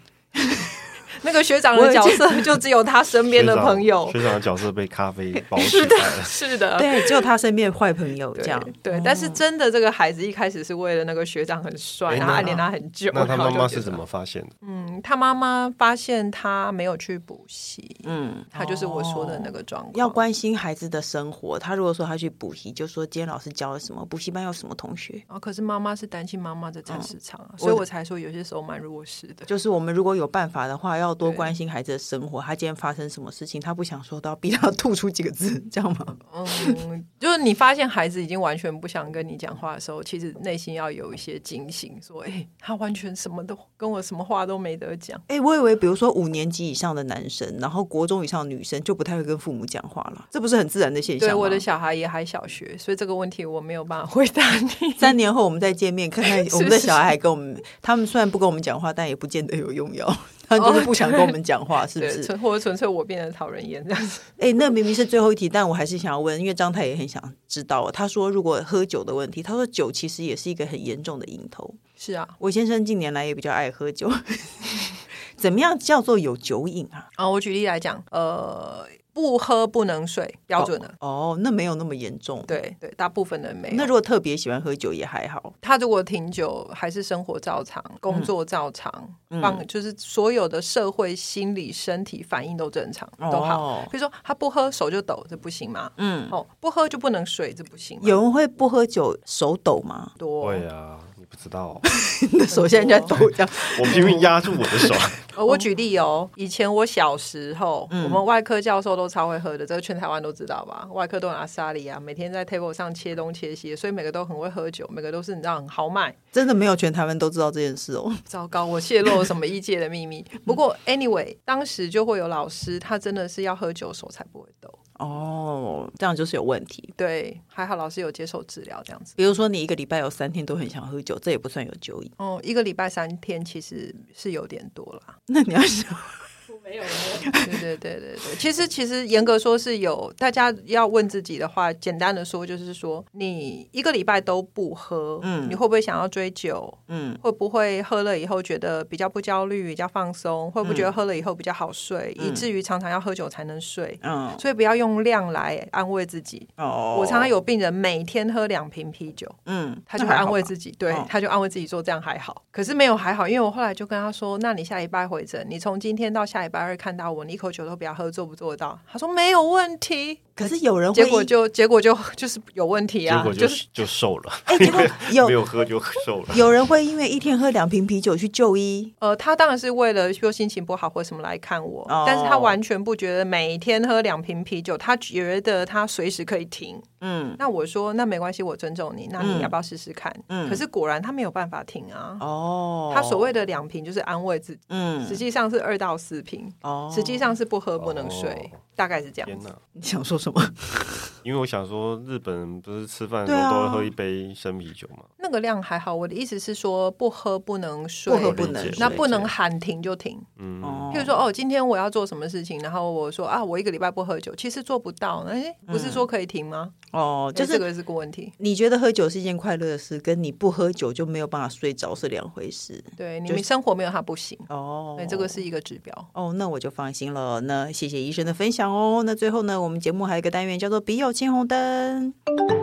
Speaker 3: 那个学长
Speaker 1: 我
Speaker 3: 的
Speaker 1: 已
Speaker 3: 角
Speaker 1: 经
Speaker 3: 色就只有他身边的
Speaker 2: 学长
Speaker 3: 朋友，
Speaker 2: 学长的角色被咖啡包
Speaker 1: <laughs>
Speaker 2: 起来了。
Speaker 3: <laughs> 是的，
Speaker 1: 对， <laughs> 哦只有他身边的坏朋友
Speaker 3: 对
Speaker 1: 这样。
Speaker 3: 对，但是真的，这个孩子一开始是为了那个学长很帅，
Speaker 2: 诶
Speaker 3: 然后
Speaker 2: 那
Speaker 3: 暗恋他很久。
Speaker 2: 那他
Speaker 3: 然后
Speaker 2: 妈
Speaker 3: 就
Speaker 2: 妈
Speaker 3: 觉
Speaker 2: 是
Speaker 3: 得
Speaker 2: 怎么发现的？
Speaker 3: 嗯，他妈妈发现他没有去补习，
Speaker 1: 嗯，哦
Speaker 3: 他就是我说的那个状况。
Speaker 1: 要关心孩子的生活。他如果说他去补习，就说今天老师教了什么，补习班有什么同学。
Speaker 3: 然后哦可是妈妈是担心妈妈的菜市场
Speaker 1: 嗯
Speaker 3: 啊，所以我才说有些时候蛮弱势的。
Speaker 1: 就是我们如果有办法的话，要多
Speaker 3: 对
Speaker 1: 关心孩子的生活。他今天发生什么事情，他不想说，都要逼他吐出几个字，这样
Speaker 3: <laughs>
Speaker 1: 吗？
Speaker 3: 嗯，就是你发现孩子已经完全不想跟你讲话的时候，其实内心要有一些警醒，说：“哎、他完全什么都跟我什么话都没得讲。
Speaker 1: 哎、我以为比如说五年级以上的男生，然后国中以上的女生就不太会跟父母讲话了，这不是很自然的现”象
Speaker 3: 对，
Speaker 1: 吗？
Speaker 3: 我的小孩也还小学，所以这个问题我没有办法回答你。 <laughs>
Speaker 1: 三年后我们再见面，看看我们的小孩还跟我们，他们虽然不跟我们讲话，但也不见得有用药， <laughs> 他们就是不想跟我们讲话，是不
Speaker 3: <laughs> 对，
Speaker 1: 是？
Speaker 3: 纯或者纯粹我变得讨人厌这样子。 <laughs>
Speaker 1: 哎、那明明是最后一题，但我还是想要问，因为张太也很想知道哦。他说，如果喝酒的问题，他说酒其实也是一个很严重的瘾头。
Speaker 3: 是啊，
Speaker 1: 我先生近年来也比较爱喝酒， <laughs> 怎么样叫做有酒瘾啊？
Speaker 3: 啊，我举例来讲，呃，不喝不能睡，标准的。
Speaker 1: 哦，那没有那么严重。，
Speaker 3: 对对，大部分人没有。
Speaker 1: 那如果特别喜欢喝酒也还好。
Speaker 3: 他如果挺久，还是生活照常、
Speaker 1: 嗯
Speaker 3: 工作照常，放就是所有的社会、心理、身体反应都正常，都好。
Speaker 1: 哦
Speaker 3: 比如说他不喝手就抖，这不行吗？
Speaker 1: 嗯，
Speaker 3: 哦，不喝就不能睡，这不行吗。
Speaker 1: 有人会不喝酒手抖
Speaker 3: <laughs>
Speaker 1: 吗？
Speaker 3: 多，
Speaker 2: 对啊，你不知道哦、
Speaker 1: 你的手现在就在抖，这样。
Speaker 2: 我拼命压住我
Speaker 1: <laughs>
Speaker 2: 的手。
Speaker 3: 呃，我举例哦，以前我小时候，
Speaker 1: 嗯
Speaker 3: 我们外科教授都超会喝的，这个全台湾都知道吧？外科都很阿萨里啊，每天在 table 上切东切西，所以每个都很会喝酒，每个都是你知道很豪迈。
Speaker 1: 真的没有全台湾都知道这件事哦。
Speaker 3: 糟糕，我泄露了什么医界的
Speaker 1: <laughs>
Speaker 3: 秘密？不过 anyway，当时就会有老师，他真的是要喝酒手才不会抖。
Speaker 1: 哦，这样就是有问题。
Speaker 3: 对，还好老师有接受治疗这样子。
Speaker 1: 比如说你一个礼拜有三天都很想喝酒，这也不算有酒
Speaker 3: <laughs>
Speaker 1: 瘾。
Speaker 3: 哦，一个礼拜三天其实是有点多啦。
Speaker 1: 那你要想，
Speaker 3: 对对对对对，其实其实严格说是有，大家要问自己的话，简单的说就是说，你一个礼拜都不喝，嗯，你会不会想要追酒？
Speaker 1: 嗯，
Speaker 3: 会不会喝了以后觉得比较不焦虑、比较放松？会不会觉得喝了以后比较好睡，以至于常常要喝酒才能睡？
Speaker 1: 嗯，
Speaker 3: 所以不要用量来安慰自己。
Speaker 1: 哦，
Speaker 3: 我常常有病人每天喝两瓶啤酒，
Speaker 1: 嗯，
Speaker 3: 他就会安慰自
Speaker 1: 己，
Speaker 3: 己，对
Speaker 1: 嗯，
Speaker 3: 他就安慰自己说这样还好。可是没有还好，因为我后来就跟他说，那你下礼拜回诊，你从今天到下礼拜二看到我，你一口酒都不要喝，做不做得到？他说没有问题。
Speaker 1: 可是有人会
Speaker 3: 结果就结果就 <laughs> 就是有问题
Speaker 2: 结
Speaker 3: 啊
Speaker 2: 果，就
Speaker 3: 就是
Speaker 2: <laughs> 就瘦了，
Speaker 1: <laughs> 哎，结果
Speaker 2: 没
Speaker 1: 有
Speaker 2: 有喝就瘦了。
Speaker 1: 有人会因为一天喝两瓶啤酒去就医，
Speaker 3: 呃，他当然是为了说心情不好或什么来看我，
Speaker 1: 哦
Speaker 3: 但是他完全不觉得每天喝两瓶啤酒，他觉得他随时可以停。
Speaker 1: 嗯，
Speaker 3: 那我说那没关系，我尊重你，那
Speaker 1: 嗯
Speaker 3: 你要不要试试看？
Speaker 1: 嗯
Speaker 3: 可是果然他没有办法停啊。
Speaker 1: 哦，
Speaker 3: 他所谓的两瓶就是安慰自己，
Speaker 1: 嗯
Speaker 3: 实际上是二到四瓶，
Speaker 1: 哦，
Speaker 3: 实际上是不喝不能睡，
Speaker 2: 哦
Speaker 3: 大概是这样
Speaker 2: 天
Speaker 3: 子。
Speaker 2: 哪！
Speaker 1: 你想说什
Speaker 2: <laughs>
Speaker 1: 么？
Speaker 2: 因为我想说，日本人不是吃饭的
Speaker 1: 对
Speaker 2: 时
Speaker 1: 啊
Speaker 2: 候都会喝一杯生啤酒嘛？
Speaker 3: 那个量还好，我的意思是说不喝不能睡，
Speaker 1: 不喝不能
Speaker 2: 理解
Speaker 1: 睡
Speaker 3: 那不能哦喊停就停。
Speaker 2: 嗯，
Speaker 1: 哦
Speaker 3: 譬如说，哦，今天我要做什么事情，然后我说啊，我一个礼拜不喝酒，其实做不到，哎，不是说可以停吗？哎
Speaker 1: 哦，嗯就
Speaker 3: 这
Speaker 1: 是
Speaker 3: 个是个问题。
Speaker 1: 你觉得喝酒是一件快乐的事，跟你不喝酒就没有办法睡着是两回事。
Speaker 3: 对，你
Speaker 1: 就
Speaker 3: 们
Speaker 1: 是
Speaker 3: 生活没有它不行，
Speaker 1: 哦，
Speaker 3: 对，这个是一个指标。
Speaker 1: 哦，那我就放心了。那谢谢医生的分享哦。那最后呢，我们节目还有一个单元叫做“笔友青红灯”，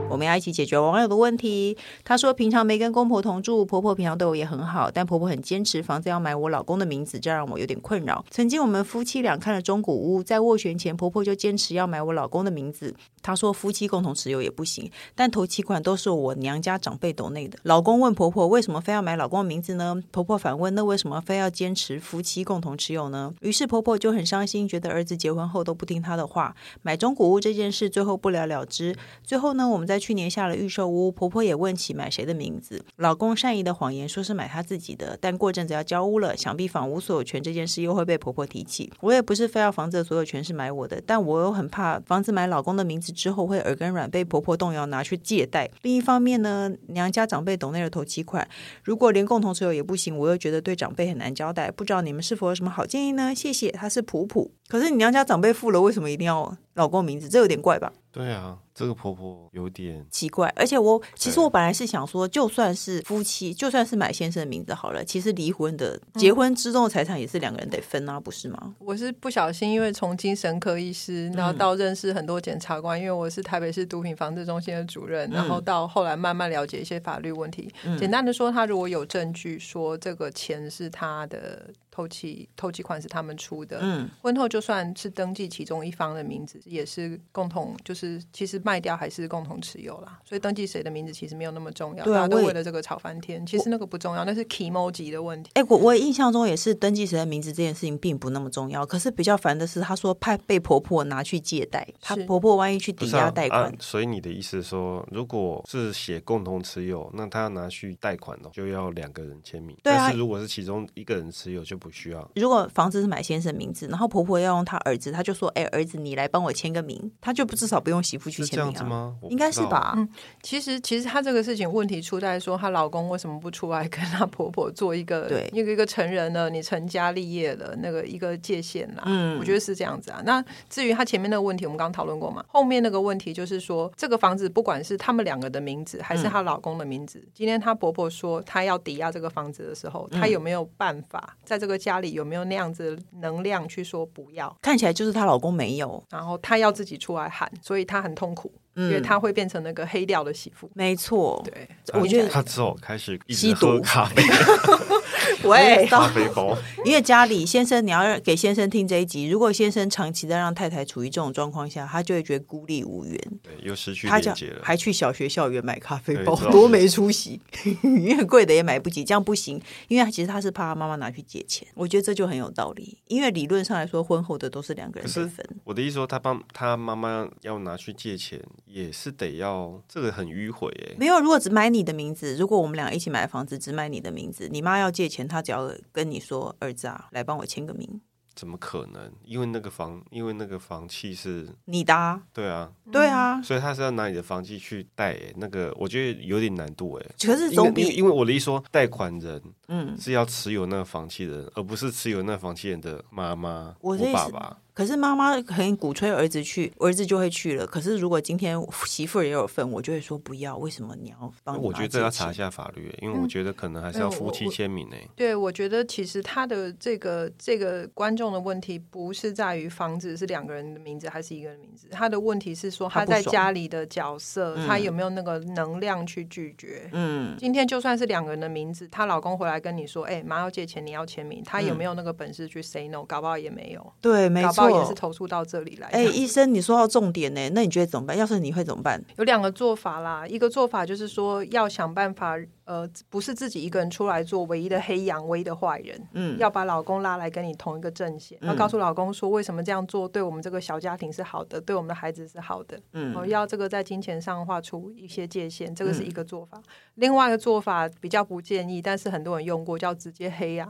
Speaker 1: 我们要一起解决网友的问题。他说，平常没跟公婆同住，婆婆平常对我也很好，但婆婆很坚持房子要买我老公的名字，这让我有点困扰。曾经我们夫妻俩看了中古屋，在斡旋前，婆婆就坚持要买我老公的名字。她说，夫妻共同持有也不行，但头期款都是我娘家长辈斗内的。老公问婆婆为什么非要买老公的名字呢？婆婆反问那为什么非要坚持夫妻共同持有呢？于是婆婆就很伤心，觉得儿子结婚后都不听她的话。买中古屋这件事最后不了了之。最后呢，我们在去年下了预售屋，婆婆也问起买谁的名字，老公善意的谎言说是买他自己的，但过阵子要交屋了，想必房屋所有权这件事又会被婆婆提起。我也不是非要房子的所有权是买我的，但我又很怕房子买老公的名字之后会耳根软，被婆婆动摇拿去借贷。另一方面呢，娘家长辈懂内的头期款，如果连共同持有也不行，我又觉得对长辈很难交代。不知道你们是否有什么好建议呢？谢谢，他是普普。可是你娘家长辈付了，为什么一定要老公名字，这有点怪吧？
Speaker 2: 对啊，这个婆婆有点
Speaker 1: 奇怪，而且我其实
Speaker 2: 对
Speaker 1: 我本来是想说，就算是夫妻，就算是买先生的名字好了，其实离婚的
Speaker 3: 嗯
Speaker 1: 结婚之中的财产也是两个人得分啊，不是吗？
Speaker 3: 我是不小心，因为从精神科医师，然后
Speaker 1: 嗯
Speaker 3: 到认识很多检察官，因为我是台北市毒品防治中心的主任，然
Speaker 1: 嗯
Speaker 3: 后到后来慢慢了解一些法律问题。简单的说，他如果有证据说这个钱是他的偷窃偷窃款是他们出的，
Speaker 1: 嗯
Speaker 3: 婚后就算是登记其中一方的名字，也是共同，就是其实卖掉还是共同持有啦。所以登记谁的名字其实没有那么重要，
Speaker 1: 对啊
Speaker 3: 大家都
Speaker 1: 我也
Speaker 3: 为了这个吵翻天。其实那个不重要，那是 emoji 的问题。
Speaker 1: 哎、我我印象中也是登记谁的名字这件事情并不那么重要，可是比较烦的是，她说怕被婆婆拿去借贷，她
Speaker 3: 是
Speaker 1: 婆婆万一去
Speaker 2: 不
Speaker 1: 抵
Speaker 2: 是啊
Speaker 1: 押贷款，
Speaker 2: 啊所以你的意思是说，如果是写共同持有，那他要拿去贷款的，就要两个人签名。
Speaker 1: 对啊
Speaker 2: 但是如果是其中一个人持有，就不需要。
Speaker 1: 如果房子是买先生名字，然后婆婆要用她儿子，她就说：“哎、儿子，你来帮我签个名。”她就不至少不用媳妇去
Speaker 2: 是这
Speaker 1: 签
Speaker 2: 样
Speaker 1: 名
Speaker 2: 子
Speaker 1: 啊，
Speaker 2: 吗？我不
Speaker 1: 应该是
Speaker 2: 知道啊？
Speaker 1: 吧？
Speaker 3: 其实，其实她这个事情问题出在说，她老公为什么不出来跟她婆婆做一个
Speaker 1: 对
Speaker 3: 一个一个成人了，你成家立业了，那个一个界限啦。
Speaker 1: 嗯
Speaker 3: 我觉得是这样子啊。那至于她前面那个问题，我们刚刚讨论过嘛，后面那个问题就是说，这个房子不管是他们两个的名字，还
Speaker 1: 嗯
Speaker 3: 是她老公的名字，今天她婆婆说她要抵押这个房子的时候，她
Speaker 1: 嗯
Speaker 3: 有没有办法在这个家里有没有那样子的能量去说不要？
Speaker 1: 看起来就是她老公没有，
Speaker 3: 然后她要自己出来喊，所以她很痛苦，因为
Speaker 1: 嗯，
Speaker 3: 她会变成那个黑掉的媳妇。
Speaker 1: 没错，
Speaker 3: 对，
Speaker 1: 我觉得
Speaker 2: 啊他之后开始一
Speaker 1: 吸
Speaker 2: 直
Speaker 1: 毒
Speaker 2: 喝咖
Speaker 1: <laughs>
Speaker 2: 啡，
Speaker 1: 喂，
Speaker 2: 咖啡包。
Speaker 1: 因为家里先生，你要让给先生听这一集，如果先生长期的让太太处于这种状况下，他就会觉得孤立无援。
Speaker 2: 对，又失去
Speaker 1: 他
Speaker 2: 连
Speaker 1: 讲
Speaker 2: 接了。
Speaker 1: 还去小学校园买咖啡包
Speaker 2: 对这，种
Speaker 1: 多没出息，因为贵的也买不起，这样不行。因为他其实他是怕他妈妈拿去借钱，我觉得这就很有道理。因为理论上来说，婚后的都是两个人
Speaker 2: 可是
Speaker 1: 的分，
Speaker 2: 我的意思说，他帮他妈妈要拿去借钱，也是得要这个很迂回哎、
Speaker 1: 没有。如果只买你的名字，如果我们俩一起买房子，只买你的名字，你妈要借钱，她只要跟你说：“儿子啊，来帮我签个名。
Speaker 2: 怎么可能？因为那个房，因为那个房契是，”
Speaker 1: 你的、啊，
Speaker 2: 对啊，
Speaker 1: 对 <laughs> 啊。
Speaker 2: 所以他是要拿你的房契去贷、欸，那个我觉得有点难度哎、
Speaker 1: 可是
Speaker 2: 因为
Speaker 1: 总
Speaker 2: 因为
Speaker 1: 比
Speaker 2: 因为我的意思说，贷款人
Speaker 1: 嗯，
Speaker 2: 是要持有那个房契的人，而不是持有那个房契人的妈妈
Speaker 1: 我
Speaker 2: 或
Speaker 1: 的意思
Speaker 2: 爸爸。
Speaker 1: 可是妈妈很鼓吹儿子去，儿子就会去了。可是如果今天媳妇儿也有份，我就会说不要，为什么你要帮你妈
Speaker 2: 哎我觉得这要
Speaker 1: 借钱
Speaker 2: 查一下法律欸、因为我觉得可能还
Speaker 1: 嗯
Speaker 2: 是
Speaker 3: 哎
Speaker 2: 要
Speaker 3: 我
Speaker 2: 夫妻
Speaker 3: 我
Speaker 2: 签名哎、
Speaker 3: 对，我觉得其实他的这个这个观众的问题不是在于房子是两个人的名字还是一个人的名字，他的问题是说
Speaker 1: 他
Speaker 3: 他
Speaker 1: 不
Speaker 3: 在
Speaker 1: 爽
Speaker 3: 家里的角色，
Speaker 1: 嗯
Speaker 3: 他有没有那个能量去拒绝。
Speaker 1: 嗯，
Speaker 3: 今天就算是两个人的名字，她老公回来跟你说：“哎、妈要借钱，你要签名。”她有
Speaker 1: 嗯
Speaker 3: 没有那个本事去 say no？搞不好也没有，
Speaker 1: 对，没
Speaker 3: 搞不好也是啊
Speaker 1: 错。
Speaker 3: 投诉到这里来。
Speaker 1: 哎、医生，你说到重点呢，那你觉得怎么办？要 <laughs> 是你会怎么办？
Speaker 3: 有两个做法啦，一个做法就是说要想办法，呃，不是自己一个人出来做唯一的黑羊、唯一的坏人，
Speaker 1: 嗯
Speaker 3: 要把老公拉来跟你同一个阵线，要告诉老公说为什么这样做对我们这个小家庭是好的，对我们的孩子是好的，
Speaker 1: 嗯嗯
Speaker 3: 嗯，要这个在金钱上画出一些界限，这个是一个做法。另外一个做法比较不建议，但是很多人用过，叫直接黑呀、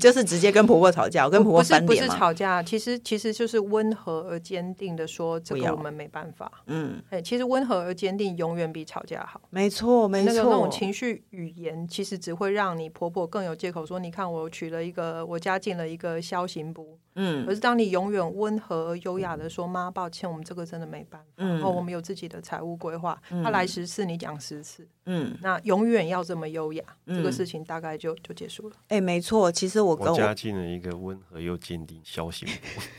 Speaker 1: 就是直接跟婆婆吵架，我跟婆婆
Speaker 3: 不是
Speaker 1: 翻
Speaker 3: 不是
Speaker 1: 脸嘛。
Speaker 3: 吵架，其实其实就是温和而坚定的说这
Speaker 1: 不
Speaker 3: 个
Speaker 1: 要
Speaker 3: 我们没办法。
Speaker 1: 嗯，
Speaker 3: 哎，其实温和而坚定永远比吵架好。
Speaker 1: 没错，没
Speaker 3: 那
Speaker 1: 错。
Speaker 3: 个那种情绪语言，其实只会让你婆婆更有借口说：“你看，我娶了一个，我家进了一个萧行部。”
Speaker 1: 嗯
Speaker 3: 可是当你永远温和而优雅的说：“妈，抱歉，我们这个真的没办法，
Speaker 1: 嗯
Speaker 3: 然后我们有自己的财务规划。”他来十次，你讲十次，
Speaker 1: 嗯，
Speaker 3: 那永远要这么优雅，这
Speaker 1: 嗯
Speaker 3: 个事情大概就就结束了。
Speaker 1: 哎、没错。其实我跟
Speaker 2: 我
Speaker 1: 我
Speaker 2: 加进了一个温和又坚定消
Speaker 1: <laughs>
Speaker 2: 息。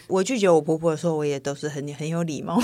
Speaker 1: 我拒绝我婆婆的时候，我也都是很很有礼貌。 <laughs>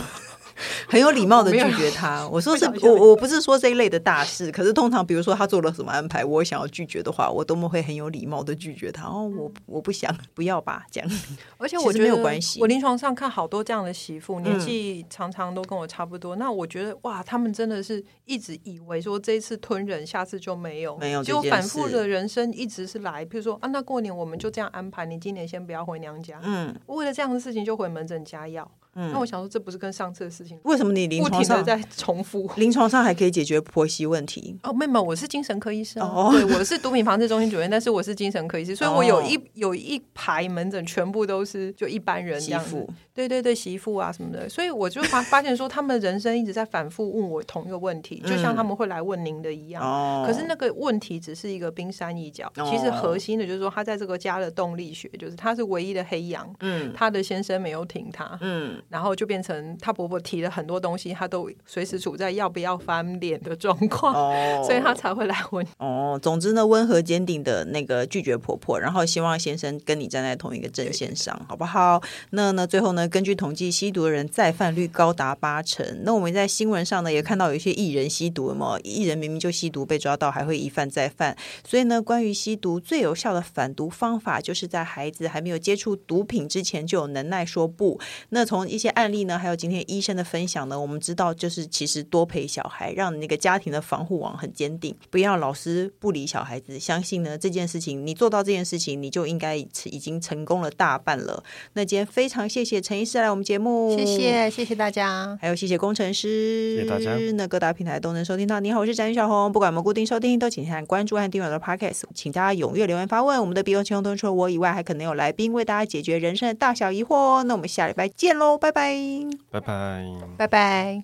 Speaker 1: 很有礼貌的拒绝她。我说是
Speaker 3: 我没有
Speaker 1: 我我不是说这一类的大事，可是通常比如说她做了什么安排，我想要拒绝的话，我多么会很有礼貌的拒绝她。哦，我我不想，不要吧，这样。 <laughs>
Speaker 3: 而且
Speaker 1: 其
Speaker 3: 我
Speaker 1: 实
Speaker 3: 觉得
Speaker 1: 没有关系嗯
Speaker 3: 我临床上看好多这样的媳妇，年纪常常都跟我差不多。那我觉得哇，他们真的是一直以为说这一次吞人，下次就没有，
Speaker 1: 没有这
Speaker 3: 就
Speaker 1: 件
Speaker 3: 反复
Speaker 1: 事
Speaker 3: 的人生一直是来，譬如说啊，那过年我们就这样安排，你今年先不要回娘家。
Speaker 1: 嗯
Speaker 3: 为了这样的事情就回门诊加药。那
Speaker 1: 嗯
Speaker 3: 我，想说，这不是跟上次的事情
Speaker 1: 为什么你 <laughs> 临
Speaker 3: 不
Speaker 1: 床
Speaker 3: 停的
Speaker 1: 上
Speaker 3: 在重复？ <laughs>
Speaker 1: 临床上还可以解决婆媳问题？
Speaker 3: 哦，妹妹，我是精神科医生、啊，
Speaker 1: 哦
Speaker 3: 对，我是毒品防治中心主任，但是我是精神科医师，所以我有一、有一排门诊全部都是就一般人这
Speaker 1: 媳
Speaker 3: 样子
Speaker 1: 妇，
Speaker 3: 对对对，媳妇啊什么的，所以我就发发现说，他们人生一直在反复问我同一个问题，就像他们会来问您的一样。
Speaker 1: 嗯哦
Speaker 3: 可是那个问题只是一个冰山一角，
Speaker 1: 哦
Speaker 3: 其实核心的就是说，他在这个家的动力学，就是他是唯一的黑羊，
Speaker 1: 嗯
Speaker 3: 他的先生没有挺他，
Speaker 1: 嗯，
Speaker 3: <laughs> 然后就变成她婆婆提了很多东西，她都随时处在要不要翻脸的状况，
Speaker 1: 哦
Speaker 3: <laughs> 所以她才会来问。
Speaker 1: 哦，总之呢，温和坚定的那个拒绝婆婆，然后希望先生跟你站在同一个阵线上，好不好？那呢，最后呢，根据统计，吸毒的人再犯率高达八成。那我们在新闻上呢，也看到有一些艺人吸毒嘛，艺人明明就吸毒被抓到，还会一犯再犯。所以呢，关于吸毒最有效的反毒方法，就是在孩子还没有接触毒品之前，就有能耐说不。那从一些案例呢，还有今天医生的分享呢，我们知道就是其实多陪小孩，让那个家庭的防护网很坚定，不要老师不理小孩子。相信呢这件事情，你做到这件事情，你就应该已经成功了大半了。那今天非常谢谢陈医师来我们节目，
Speaker 3: 谢。谢，谢谢大家。
Speaker 1: 还有谢谢工程师，
Speaker 2: 谢谢大家
Speaker 1: 那各大平台都能收听到。你好，我是詹宇小红。不管我们固定收听，都请按关注和订阅我的 Podcast。请大家踊跃留言发问。我们的 B O 青红灯除了我以外，还可能有来宾为大家解决人生的大小疑惑哦。那我们下礼拜见喽，拜拜。
Speaker 2: 拜拜。
Speaker 3: 拜拜。